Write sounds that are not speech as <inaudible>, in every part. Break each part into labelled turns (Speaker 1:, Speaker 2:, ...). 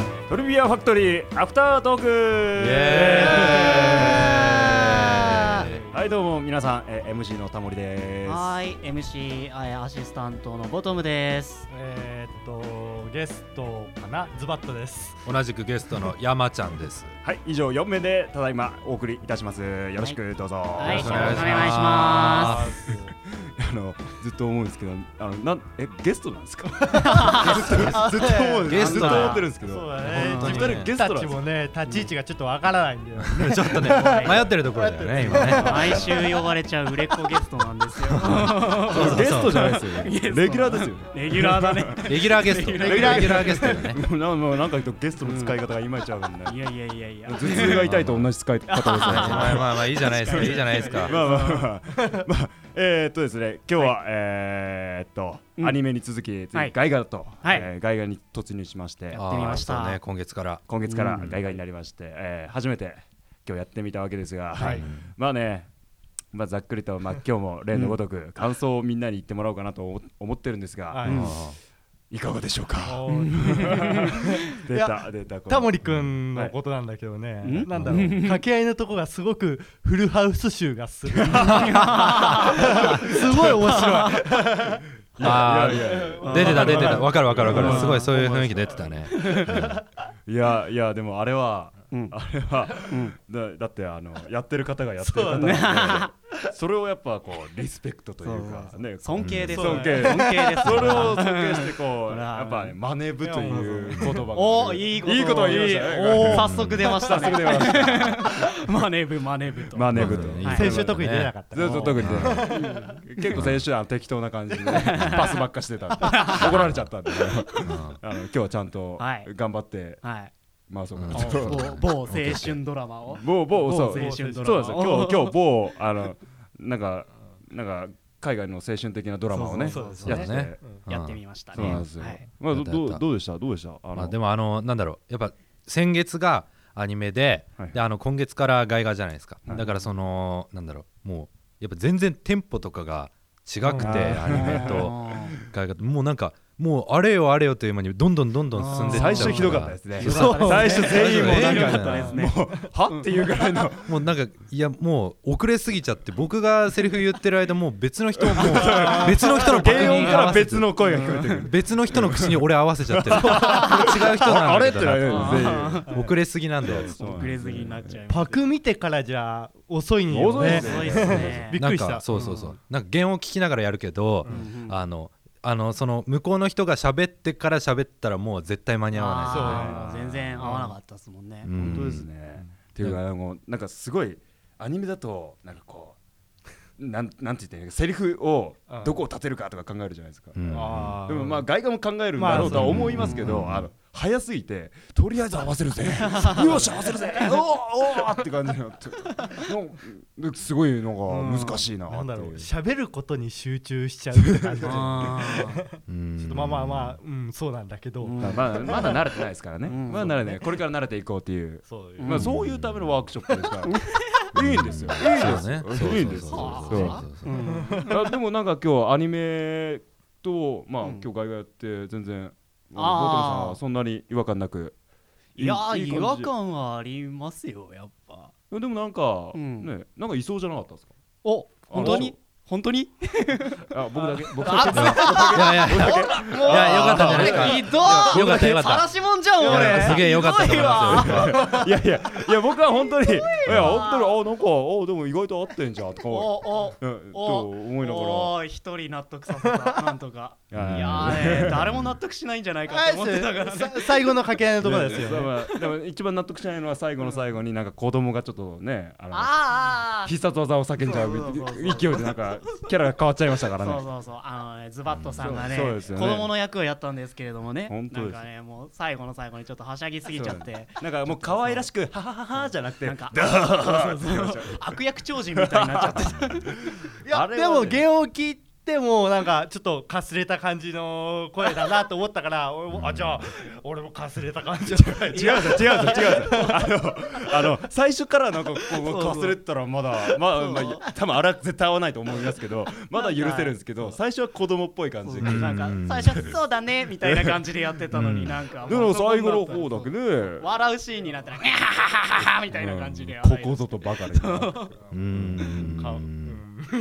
Speaker 1: アファクトリーアフタートークはいどうも皆さん、えー、MC のタモリです
Speaker 2: はい、MC えーアシスタントのボトムです。
Speaker 3: えー、っとゲストかなズバットです。
Speaker 4: 同じくゲストの山ちゃんです。
Speaker 1: はい以上4名でただいまお送りいたしますよろしくどうぞ、
Speaker 2: はい、よろしくお
Speaker 4: よろし
Speaker 2: 願い
Speaker 4: く
Speaker 2: し
Speaker 4: お願いし
Speaker 2: ま。
Speaker 4: ます
Speaker 3: す。
Speaker 1: あのずっと思うんですけどあのなんえゲストなんですかずっとずっと思うんで
Speaker 4: ゲ
Speaker 1: すずっ
Speaker 4: スト
Speaker 1: と
Speaker 4: だ
Speaker 1: 思ってるんですけど
Speaker 3: そうだね。
Speaker 4: 本当に
Speaker 3: 自分たち
Speaker 1: ゲストなんです
Speaker 3: もね立ち位置がちょっとわからないんだよね。
Speaker 4: ちょっと <laughs> ね、迷ってるところだよね、今ね。
Speaker 2: 毎週呼ばれちゃう売れっ子ゲストなんですよ。
Speaker 1: <laughs>
Speaker 4: そうそうそう
Speaker 1: ゲストじゃないですよねレギュラーですよね
Speaker 2: レギュラーだね。
Speaker 4: レギュラーゲスト。レギュラーゲストよ <laughs> ね。
Speaker 1: <laughs> なもうなんか言うとゲストの使い方がいまいち合うんで
Speaker 2: いやいやいやいや。
Speaker 1: 頭痛が痛いと同じ使い方ですね
Speaker 4: まあまあまあ、いいじゃないですか、いいじゃないです
Speaker 1: まあ
Speaker 4: か。
Speaker 1: まあまあ、まあ、えー、っとですね今日は、えー、っと、
Speaker 2: うん
Speaker 1: アニメに続き次、
Speaker 2: はい
Speaker 1: ガイガと、
Speaker 2: はい
Speaker 1: えーガイガに突入しまして
Speaker 2: ってみました
Speaker 4: あーそうね、今月から。
Speaker 1: 今月から
Speaker 4: うん
Speaker 1: ガイガになりまして、えー初めて今日やってみたわけですが、
Speaker 3: はい
Speaker 1: まあねまあ、ざっくりと、まあ、今日も例のごとく感想をみんなに言ってもらおうかなと思思ってるんですが、
Speaker 3: はい
Speaker 1: い、
Speaker 4: うん
Speaker 1: かがでしょうか
Speaker 3: おー
Speaker 1: 出た出たこの
Speaker 3: タモリくんのことなんだけどね、
Speaker 1: いん
Speaker 3: なんだろう掛け合いのとこがすごくフルハウス集がする。すごい面白い。
Speaker 4: あ
Speaker 1: いやいやいや
Speaker 4: ー出てた、出てた。わかるわかるわかる。すごい、そういう雰囲気出てたね。
Speaker 1: いやいやでもあれは、あれは、だだってあのやってる方がやってる方なんで <laughs> それをやっぱこうリスペクトというかね
Speaker 2: 尊敬です。
Speaker 1: 尊敬
Speaker 2: 尊敬です。
Speaker 1: それを尊敬してこう
Speaker 2: <laughs> ほら
Speaker 1: やっぱね真似部という言葉が
Speaker 2: おいいこと。
Speaker 1: いいことを言いましたね
Speaker 2: お早速出ました
Speaker 1: 早
Speaker 2: ね
Speaker 1: 速。出ました
Speaker 2: マネブマネブと。
Speaker 1: 真似部と
Speaker 4: うん
Speaker 2: はい
Speaker 3: 先週特に出なかった。
Speaker 1: ずっと特にね結構先週は適当な感じ
Speaker 2: <laughs>
Speaker 1: でパスばっかしてたんで怒られちゃったんであの今日はちゃんと
Speaker 2: はい
Speaker 1: 頑張って
Speaker 2: はい。
Speaker 1: 回そうかなと
Speaker 2: 某某青春ドラマを。
Speaker 1: 某某
Speaker 2: 某
Speaker 1: そ
Speaker 2: 青
Speaker 1: う
Speaker 2: 春ド
Speaker 1: そう
Speaker 2: ラ
Speaker 1: なんです
Speaker 2: マを。
Speaker 1: よ
Speaker 2: <laughs>
Speaker 1: 今日今日某あのなんかなんか海外の青春的なドラマをね
Speaker 3: そうそうそう
Speaker 1: やって
Speaker 4: そうね
Speaker 1: て
Speaker 2: やってみました
Speaker 1: そう
Speaker 2: ね。
Speaker 1: なんですよ
Speaker 2: はい。
Speaker 1: まあど
Speaker 4: やったや
Speaker 1: ど
Speaker 4: った
Speaker 1: うどうでしたどうでしたあ
Speaker 4: まあ、
Speaker 1: の
Speaker 4: でも、あの、なんだろう、やっぱ先月がアニメで
Speaker 1: はい、
Speaker 4: で、あの、今月からガイガーじゃないですか。
Speaker 1: はい
Speaker 4: だから、その、なんだろう、もう、やっぱ全然テンポとかが違くて、
Speaker 3: うん
Speaker 4: アニメと。
Speaker 2: あ
Speaker 4: 考え方もうなんかもうあれよあれよという間にどんどんどんどん進んでっち
Speaker 1: 最
Speaker 4: ゃう
Speaker 1: 初ひどかったです
Speaker 4: <laughs>
Speaker 1: ね
Speaker 2: ひどかったですね
Speaker 1: 最初全員もうなん
Speaker 2: ひどかったですね
Speaker 1: かもうはっていうぐらい
Speaker 4: <laughs>
Speaker 1: の
Speaker 4: もうなんかいやもう遅れすぎちゃって僕がセリフ言ってる間もう別の人もう別の人の
Speaker 1: 原音から
Speaker 4: の
Speaker 1: 別の声が聞こえてくる
Speaker 4: 別の人の口に俺合わせち
Speaker 1: <laughs>
Speaker 4: ゃってるこれ違う人な
Speaker 1: あ
Speaker 4: ん
Speaker 1: れ
Speaker 4: だ
Speaker 1: って
Speaker 4: け
Speaker 1: な
Speaker 4: ど
Speaker 1: る
Speaker 4: な
Speaker 1: よね
Speaker 4: 遅れすぎなんだよ
Speaker 1: 全員
Speaker 2: 遅れずぎになっちゃいます。
Speaker 3: パク見てからじゃ遅いんよ
Speaker 1: 遅いで
Speaker 3: ね
Speaker 1: す
Speaker 2: す。ごいですね
Speaker 3: び。っ
Speaker 4: な
Speaker 3: く
Speaker 4: ん
Speaker 3: りした
Speaker 4: かそうそうそうなんか原音聞きながらやるけど
Speaker 2: ん
Speaker 4: あのあのその向こうの人が喋ってから喋ったらもう絶対間に合わないですよね
Speaker 2: あー全然合わなかったですもんね。
Speaker 4: うん
Speaker 1: 本当ですね。っていうかあのなんかすごいアニメだとなんかこうなんなんて言ってんのセリフを
Speaker 3: うん
Speaker 1: どこを立てるかとか考えるじゃないですか。
Speaker 4: う
Speaker 1: で
Speaker 4: ん
Speaker 3: あー
Speaker 1: もまあ外貨も考えるんだろうとは思いますけど、あの早すぎてとりあえず合わせるぜ、よし合わせるぜ、おーおーって感じになって、なんかすごいのが難しいなってい
Speaker 3: んだろう
Speaker 1: う。
Speaker 3: 喋ることに集中しちゃうって感じちょ
Speaker 2: あー
Speaker 4: うん
Speaker 3: っとまあまあまあうんそうなんだけど、
Speaker 2: うん
Speaker 1: まあまだまだ慣れてないですからね。
Speaker 2: ん
Speaker 1: まだ慣れてない。これから慣れていこうっていう。
Speaker 3: そう
Speaker 1: まあそういうためのワークショップですから。いいんですよ。いいんです
Speaker 4: そうね
Speaker 1: よ。いいんです
Speaker 4: そう
Speaker 1: よ。
Speaker 4: そう
Speaker 1: そ
Speaker 4: そう
Speaker 1: う
Speaker 4: そうそう
Speaker 1: あでもなんか今日アニメとまあ、
Speaker 2: うん
Speaker 1: 今日外画やって全然ボトムさん
Speaker 2: あー
Speaker 1: はそんなに違和感なく
Speaker 2: いやー
Speaker 1: いい感じ
Speaker 2: 違和感はありますよやっぱ。
Speaker 1: でもなんか、
Speaker 2: うん
Speaker 1: ねなんかいそうじゃなかったですか
Speaker 2: お本当に本当に？
Speaker 1: あ僕だけ僕だ
Speaker 2: <laughs>
Speaker 4: いやいやいや、
Speaker 2: い
Speaker 4: やよかったんじゃないですか
Speaker 2: ひどい。
Speaker 4: よかったよかった
Speaker 2: 晒しもんじゃん
Speaker 4: い
Speaker 2: 俺。
Speaker 4: やすげえよかったと思いますよ。僕は
Speaker 1: けいやいやいや僕は本
Speaker 2: <laughs>
Speaker 1: 当にいや本当にあなんかあでも意外と合ってんじゃんとか
Speaker 2: お
Speaker 1: 思
Speaker 2: お
Speaker 1: ううんと思いながら
Speaker 2: おー一人納得させたなんとか。い
Speaker 1: い
Speaker 2: や
Speaker 1: やいや
Speaker 2: ーね誰も納得しないんじゃないかって思ってたからね。
Speaker 3: さ最後の掛け合いのところですよ
Speaker 1: ね
Speaker 3: ね
Speaker 1: まあでも一番納得しないのは最後の最後になんか子供がちょっとねあの
Speaker 2: あーあーあー。
Speaker 1: 必殺技を叫んじゃう
Speaker 2: そうそうそうそう
Speaker 1: 勢いでなんかキャラが変わっちゃいましたからね
Speaker 2: そうそうそうあのねズバットさんがね,、
Speaker 1: そうそうですよね
Speaker 2: 子供の役をやったんですけれどもね
Speaker 1: 本当です
Speaker 2: なんかねもう最後の最後にちょっとはしゃぎすぎちゃって
Speaker 1: なんかもう可愛らしく「はははは」じゃ
Speaker 4: <laughs>
Speaker 1: なくて
Speaker 2: なんか <laughs> そうそうそう悪役超人みたいになっちゃってた
Speaker 3: いや
Speaker 1: あれ
Speaker 3: で
Speaker 1: は
Speaker 3: も
Speaker 1: ね
Speaker 3: 原音聞いでもうなんかちょっとかすれた感じの声だなと思ったから俺もあじゃあ俺もかすれた感じの声
Speaker 1: 違うぞ違うぞ違うぞあのあの最初からなんかこうかすれてたらまだまあまあ多分あれは絶対合わないと思いますけどまだ許せるんですけど最初は子供っぽい感じで
Speaker 4: う
Speaker 2: なん
Speaker 4: うん
Speaker 2: か最初そうだねみたいな感じでやってたの
Speaker 4: うん
Speaker 2: になんか
Speaker 1: で
Speaker 2: も
Speaker 1: も
Speaker 2: う
Speaker 1: 最後の方だけね
Speaker 2: 笑うシーンになってなんか「ハハハハハ」みたいな感じで
Speaker 1: うんここぞとばかりに
Speaker 4: うーん
Speaker 3: 顔う
Speaker 4: うん
Speaker 3: ん
Speaker 1: <laughs>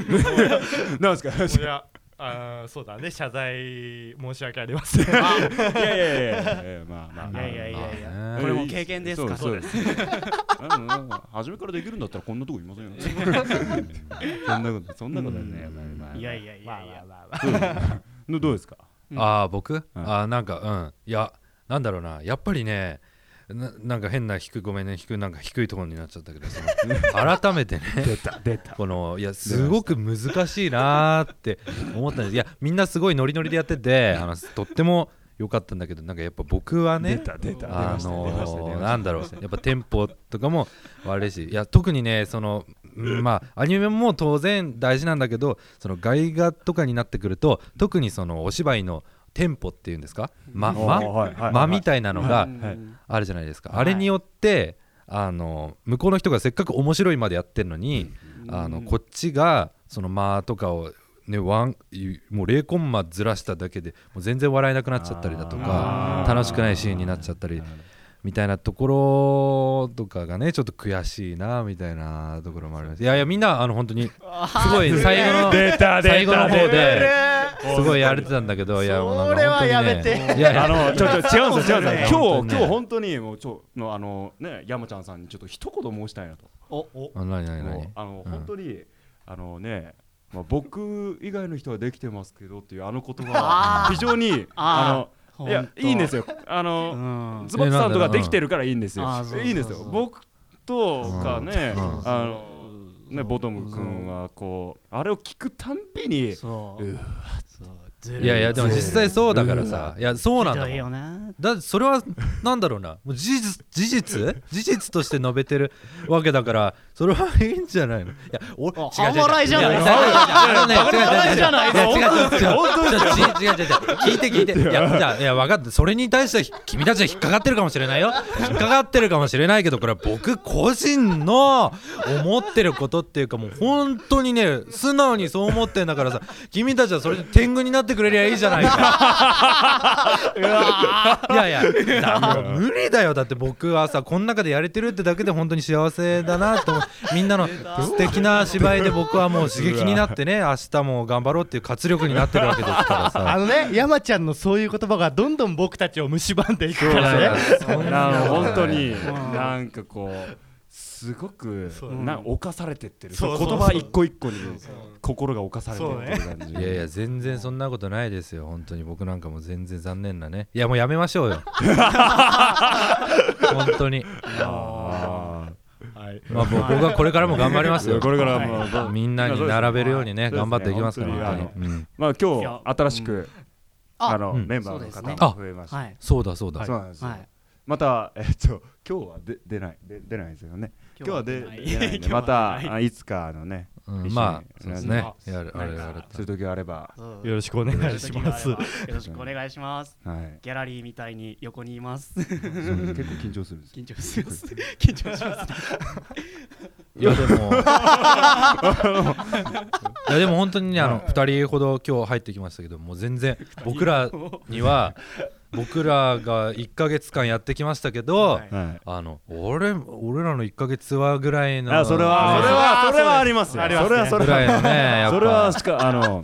Speaker 1: なん <laughs> ですか
Speaker 3: いやあーそうだね謝罪申し訳ありません
Speaker 1: いやいやいやいやいやまあまあまあ
Speaker 2: いやいやいやいや
Speaker 4: まあ
Speaker 1: <laughs>
Speaker 4: ね
Speaker 2: これも経験ですから
Speaker 1: そうですそうですうんうんうん初めからできるんだったらこんなとこいません <laughs> よそんなことそんなことはねまあまあまあ
Speaker 2: いやいやいやいや
Speaker 1: のどうですか
Speaker 4: ああ僕、あーなんかうんいやなんだろうなやっぱりねななんか変な低いごめんね低いなんか低いところになっちゃったけどそ
Speaker 1: <laughs>
Speaker 4: の改めてね
Speaker 1: 出た出た
Speaker 4: このいやすごく難しいなーって思ったんですいやみんなすごいノリノリでやっててあのとっても良かったんだけどなんかやっぱ僕は
Speaker 1: 出
Speaker 4: ね
Speaker 1: た出た出
Speaker 4: あ
Speaker 1: ました出ました
Speaker 4: の
Speaker 1: 出
Speaker 4: ー
Speaker 1: ま
Speaker 4: なんだろうやっぱテンポとかも悪いしいや特にねそのうんまあアニメも当然大事なんだけどその外画とかになってくると特にそのお芝居のテンポっていうんですか間
Speaker 1: おー
Speaker 4: 間
Speaker 1: はいはい
Speaker 4: 間みたいなの
Speaker 1: は
Speaker 4: が
Speaker 1: い
Speaker 4: あるじゃないですか、
Speaker 2: はい
Speaker 4: あれによってあの向こうの人がせっかく面白いまでやってるのに、あのこっちがその間とかを、ね、ワンもう0コンマずらしただけでもう全然笑えなくなっちゃったりだとか
Speaker 1: あー
Speaker 4: 楽しくないシーンになっちゃったり
Speaker 1: なるほど
Speaker 4: みたいなところとかがねちょっと悔しいなみたいなところもありますいやいやみんなあの本
Speaker 3: <laughs>
Speaker 4: 当にすごい最後の
Speaker 1: 出た出た
Speaker 4: 最後の方で。
Speaker 3: え
Speaker 4: すごいやれてたんだけど、いや、もうなんか
Speaker 3: それ
Speaker 4: 本
Speaker 3: は
Speaker 4: 当にね
Speaker 3: やめて
Speaker 4: いやいや
Speaker 1: あ、のちょちょ違うんですよ違うんですよ今日
Speaker 4: 本当にね
Speaker 1: 今日本当にもうちょのあのね山ちゃんさんにちょっと一言申したいなと
Speaker 3: おお
Speaker 4: あ何何
Speaker 1: もう
Speaker 4: 何
Speaker 1: あの
Speaker 4: うん
Speaker 1: 本当にあのねまあ僕以外の人はできてますけどっていうあの言
Speaker 2: あ
Speaker 1: 葉
Speaker 2: ー
Speaker 1: 非常にあのいやいいんですよあ
Speaker 2: う
Speaker 1: の
Speaker 2: ん
Speaker 1: ズバクさんとかできてるからいいんですよ
Speaker 2: えなんだろううんあーそうそうそう
Speaker 1: いいんですよ僕とかね
Speaker 4: うんうん
Speaker 1: あのねボトム君はこうあれを聞くたんびに
Speaker 2: そう
Speaker 1: う
Speaker 2: そうずる
Speaker 4: いやいやでも実際そうだからさいやそうなん
Speaker 2: ひ
Speaker 4: だ
Speaker 2: ど
Speaker 4: も
Speaker 2: い
Speaker 4: ん
Speaker 2: よな
Speaker 4: だってそれはなんだろうなもう事実事実事実として述べてるわけだからそれはいいんじゃないのいやお違う違う違う
Speaker 2: あ半笑いじゃない
Speaker 4: ややね違う違う違う
Speaker 2: 笑いじゃない
Speaker 4: や違う
Speaker 1: 本当ですよ
Speaker 4: 違う違う違う違う違う違う聞いて聞いていやじゃあいや分かったそれに対してはひ君たちは引っかかってるかもしれないよ引っかかってるかもしれないけどこれは僕個人の思ってることっていうかもう本当にね素直にそう思ってんだからさ君たちはそれで天狗になってくれりゃいいじゃないかいやいやだもう無理だよだって僕はさこの中でやれてるってだけで本当に幸せだなと思うみんなの素敵な芝居で僕はもう刺激になってね明日も頑張ろうっていう活力になってるわけですから <laughs>
Speaker 3: あ
Speaker 4: さ
Speaker 3: のね山ちゃんのそういう言葉がどんどん僕たちを蝕んでいく
Speaker 1: そう
Speaker 3: からね
Speaker 1: そうそうなんか本当に
Speaker 2: ん
Speaker 1: なんかこうすごく
Speaker 3: そう
Speaker 1: なんか侵されてってる
Speaker 3: そう
Speaker 1: その言
Speaker 3: そう
Speaker 1: 葉
Speaker 3: そう
Speaker 1: 一個一個に心が侵されてるっていう感じ
Speaker 4: いやいや全然そんなことないですよ本当に僕なんかも全然残念なねいやもうやめましょう <laughs> よ本当に
Speaker 1: あー
Speaker 3: はい
Speaker 4: まあ僕僕はこれからも頑張りますよ
Speaker 1: これからもまあ
Speaker 4: みんなに並べるように
Speaker 1: そうで
Speaker 4: ね
Speaker 1: すね
Speaker 4: 頑張っていきますから
Speaker 1: 本当に
Speaker 4: 本当にうん
Speaker 1: まあ
Speaker 2: い
Speaker 1: 今
Speaker 2: や
Speaker 1: 日新しくあの
Speaker 4: うん
Speaker 1: メンバーの
Speaker 2: そうですね
Speaker 1: 方も増えました
Speaker 2: はい
Speaker 4: そうだそうだ
Speaker 1: そうなんですよ
Speaker 2: はい
Speaker 1: またえっと今日はで出ないで出ないですよね今日はで出ないんで
Speaker 2: <laughs>
Speaker 1: ま
Speaker 2: 今日はない
Speaker 1: たあいつかあのね
Speaker 4: うん
Speaker 1: 一緒に
Speaker 4: まあそうですね
Speaker 1: うん
Speaker 4: やるあれあれ
Speaker 1: する時があれば
Speaker 2: そう
Speaker 3: よろしくお願いします
Speaker 2: よろしくお願いします
Speaker 1: はい
Speaker 2: ギャラリーみたいに横にいます
Speaker 1: そう結構緊張するんですよ
Speaker 2: 緊張します緊張します
Speaker 4: いやでも <laughs> いやでも本当にねあの2人ほど今日入ってきましたけどもう全然僕ら
Speaker 1: <laughs>
Speaker 4: には僕らが1ヶ月間やってきましたけど、
Speaker 2: はい
Speaker 1: はい
Speaker 4: あの俺俺らの1ヶ月はぐらいの
Speaker 1: あそれは、
Speaker 4: ね
Speaker 1: それはそれはありますよ
Speaker 3: あ
Speaker 1: そ
Speaker 3: り
Speaker 1: れ
Speaker 3: ま
Speaker 1: は
Speaker 3: すね
Speaker 1: それ
Speaker 4: ぐらい
Speaker 1: は
Speaker 4: のねやっぱ
Speaker 1: それはしかあ
Speaker 4: <laughs>
Speaker 1: の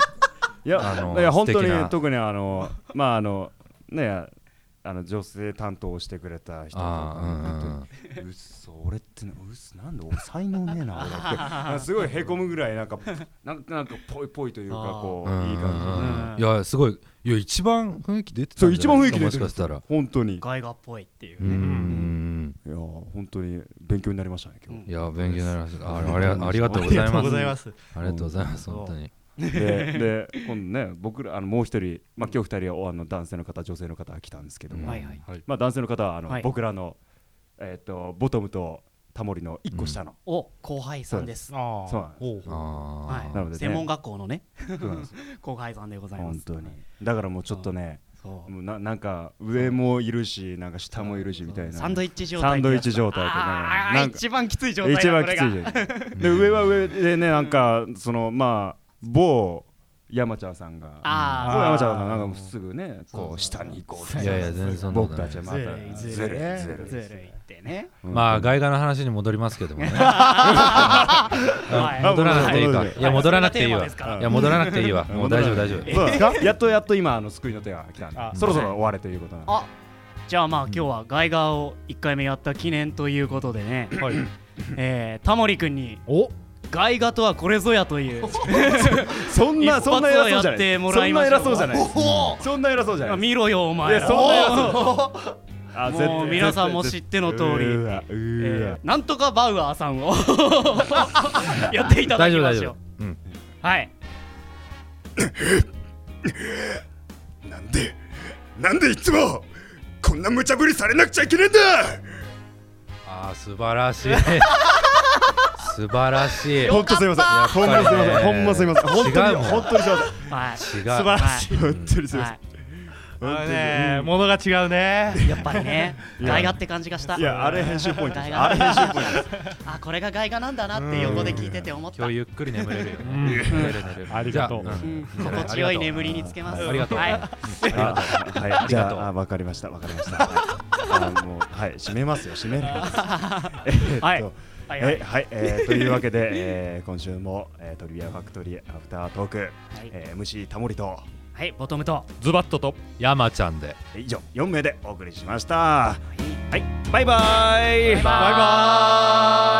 Speaker 1: いや
Speaker 4: あの
Speaker 1: いや本当
Speaker 4: 素敵
Speaker 1: に
Speaker 4: な
Speaker 1: 特にあのまああのねあの女性担当をしてくれた人とか
Speaker 4: あーうんうんう
Speaker 1: 本
Speaker 4: ん
Speaker 1: <laughs> 当にうっそ俺ってなうっそなんでお才能ねえな <laughs> 俺ってなんかすごいへこむぐらいなんかなんかなんかぽいぽいというかこう
Speaker 4: うんうん
Speaker 1: いい感
Speaker 4: うんいやすごいいや一番雰囲気出
Speaker 1: じ
Speaker 4: てた
Speaker 1: そ
Speaker 4: ん
Speaker 1: う
Speaker 4: じ
Speaker 1: 一
Speaker 4: ゃな
Speaker 1: 番
Speaker 4: い
Speaker 1: 雰
Speaker 4: で
Speaker 1: 囲気出
Speaker 4: すか
Speaker 1: て
Speaker 4: もし
Speaker 1: る
Speaker 4: かしたら
Speaker 1: 本当にいや
Speaker 2: 外画っぽいっていう
Speaker 4: うんうん
Speaker 2: ね
Speaker 4: うん
Speaker 1: 本当に勉強になりましたね今日。
Speaker 4: いや勉強になりま <laughs> したあありありがとうございます
Speaker 3: す
Speaker 4: ありがとうございます本当に
Speaker 1: <laughs> でで今度ね僕らあのもう一人、まあ、今日二人はあの男性の方女性の方が来たんですけども、
Speaker 2: はいはい
Speaker 1: まあ、男性の方はあの、
Speaker 2: はい
Speaker 1: 僕らの、えっとボトムとタモリの一個下の、
Speaker 2: お後輩さんです。
Speaker 3: ああ
Speaker 1: そうなんです
Speaker 4: おう
Speaker 2: は
Speaker 5: あ
Speaker 1: なので
Speaker 2: い、
Speaker 1: ね
Speaker 2: 専門学校のね
Speaker 1: <laughs> そうなんです
Speaker 2: 後輩さんでございま
Speaker 1: 本
Speaker 2: す。
Speaker 1: 当にだからもうちょっとね
Speaker 2: そう
Speaker 1: もうななんか上もいるしなんか下もいるしみたいな
Speaker 2: サンドイッチ状態
Speaker 1: サンドイッチ状態でね
Speaker 2: あ
Speaker 1: な
Speaker 2: あ
Speaker 1: んか
Speaker 2: 一番きつい状態だ
Speaker 1: 一番
Speaker 2: こ
Speaker 1: きつ
Speaker 2: れ
Speaker 1: い
Speaker 2: が
Speaker 1: じゃ
Speaker 2: <laughs>
Speaker 1: んで上は上でねなんかそのまあ某山ちゃんさんが
Speaker 2: あー
Speaker 1: 某山ちゃんさんなんかもうすぐねこう下に行こう
Speaker 4: いやいや全然そんなこと
Speaker 1: 僕
Speaker 4: な
Speaker 1: た
Speaker 4: い
Speaker 1: ちはまた
Speaker 3: ずるい
Speaker 1: ずるい
Speaker 3: ずるい
Speaker 1: ずるい
Speaker 2: ずるいってね。
Speaker 4: まあ外貨の話に戻りますけどもね
Speaker 2: はい
Speaker 4: 戻らなくていいか
Speaker 1: はい
Speaker 4: いや戻らなくていい
Speaker 2: そ
Speaker 4: わ
Speaker 2: れがテーマですから
Speaker 4: いや戻らなくていいわもう大丈夫大丈夫
Speaker 1: そうですかやっとやっと今あの救いの手が来たんで
Speaker 3: あ
Speaker 1: そろそろ終われということなんで
Speaker 2: あじゃあまあ今日はガイガーを1回目やった記念ということでね、
Speaker 3: はい
Speaker 2: えー、タモリ君に
Speaker 4: お
Speaker 2: ガイガーとはこれぞやという
Speaker 1: そんな
Speaker 2: 一発
Speaker 1: そんな偉そうじゃ
Speaker 2: や
Speaker 1: な
Speaker 2: っ
Speaker 1: い
Speaker 2: て
Speaker 1: そ
Speaker 2: もらい
Speaker 1: ん
Speaker 2: ま
Speaker 1: な
Speaker 2: しょう
Speaker 1: 偉そうじゃないそんな偉そうじゃない
Speaker 2: 見ろよお
Speaker 1: い
Speaker 2: 前
Speaker 1: や
Speaker 2: ら
Speaker 1: そんな偉そうあ絶
Speaker 2: もう
Speaker 1: 対
Speaker 2: 皆さんも知っての通り
Speaker 1: うーわうー
Speaker 2: え
Speaker 1: わ
Speaker 2: ーなんとかバウアーさ
Speaker 1: <laughs>
Speaker 2: んを <laughs> やっていただ
Speaker 4: 大
Speaker 2: き
Speaker 4: 丈夫
Speaker 2: ま
Speaker 4: 大
Speaker 2: しょ
Speaker 4: 丈
Speaker 2: う
Speaker 4: 夫うん
Speaker 2: はい
Speaker 6: なんでなんでいつもこんな無茶ぶりされなくちゃいけねえんだ
Speaker 4: ああ素晴らしい素晴らしい
Speaker 1: ほんとすみませんほんますみませんほんますみません本当
Speaker 4: 違う
Speaker 1: に
Speaker 4: もん
Speaker 1: 本当にすみません
Speaker 4: 違
Speaker 2: はい
Speaker 4: う
Speaker 3: 素晴らしい
Speaker 1: 本当にすみません
Speaker 2: は
Speaker 3: あれね物が違うね
Speaker 2: い、やっぱりねガイガーって感じがした
Speaker 1: いやあれ編集ポイントです
Speaker 2: ガ
Speaker 1: あ
Speaker 2: イ
Speaker 1: れ
Speaker 2: ガ
Speaker 1: 編
Speaker 2: ー
Speaker 1: 集ポイントです
Speaker 2: あこれがガイガーなんだなって横で聞いてて思った
Speaker 4: 今日ゆっくり眠れるよね寝る寝る
Speaker 3: ありがとう
Speaker 4: じゃあん
Speaker 2: 心地よい眠りにつけます
Speaker 4: ありがとう
Speaker 2: はい
Speaker 1: あは
Speaker 4: あ
Speaker 1: い
Speaker 4: り
Speaker 1: じ
Speaker 4: がとう
Speaker 1: ゃああわかりましたわかりましたはいあもうはい締めますよ締めるよえ
Speaker 2: は
Speaker 1: ー
Speaker 2: い
Speaker 1: っと
Speaker 2: はいはい
Speaker 1: えはい、えーというわけで、えー今週も、えートリビアファクトリーアフタートーク、
Speaker 2: い
Speaker 1: えー MC タモリと
Speaker 2: はいボトムと
Speaker 3: ズバッとと
Speaker 4: 山ちゃんで
Speaker 1: 以上4名でお送りしました。はい、バイバイ
Speaker 2: バイバ
Speaker 1: イ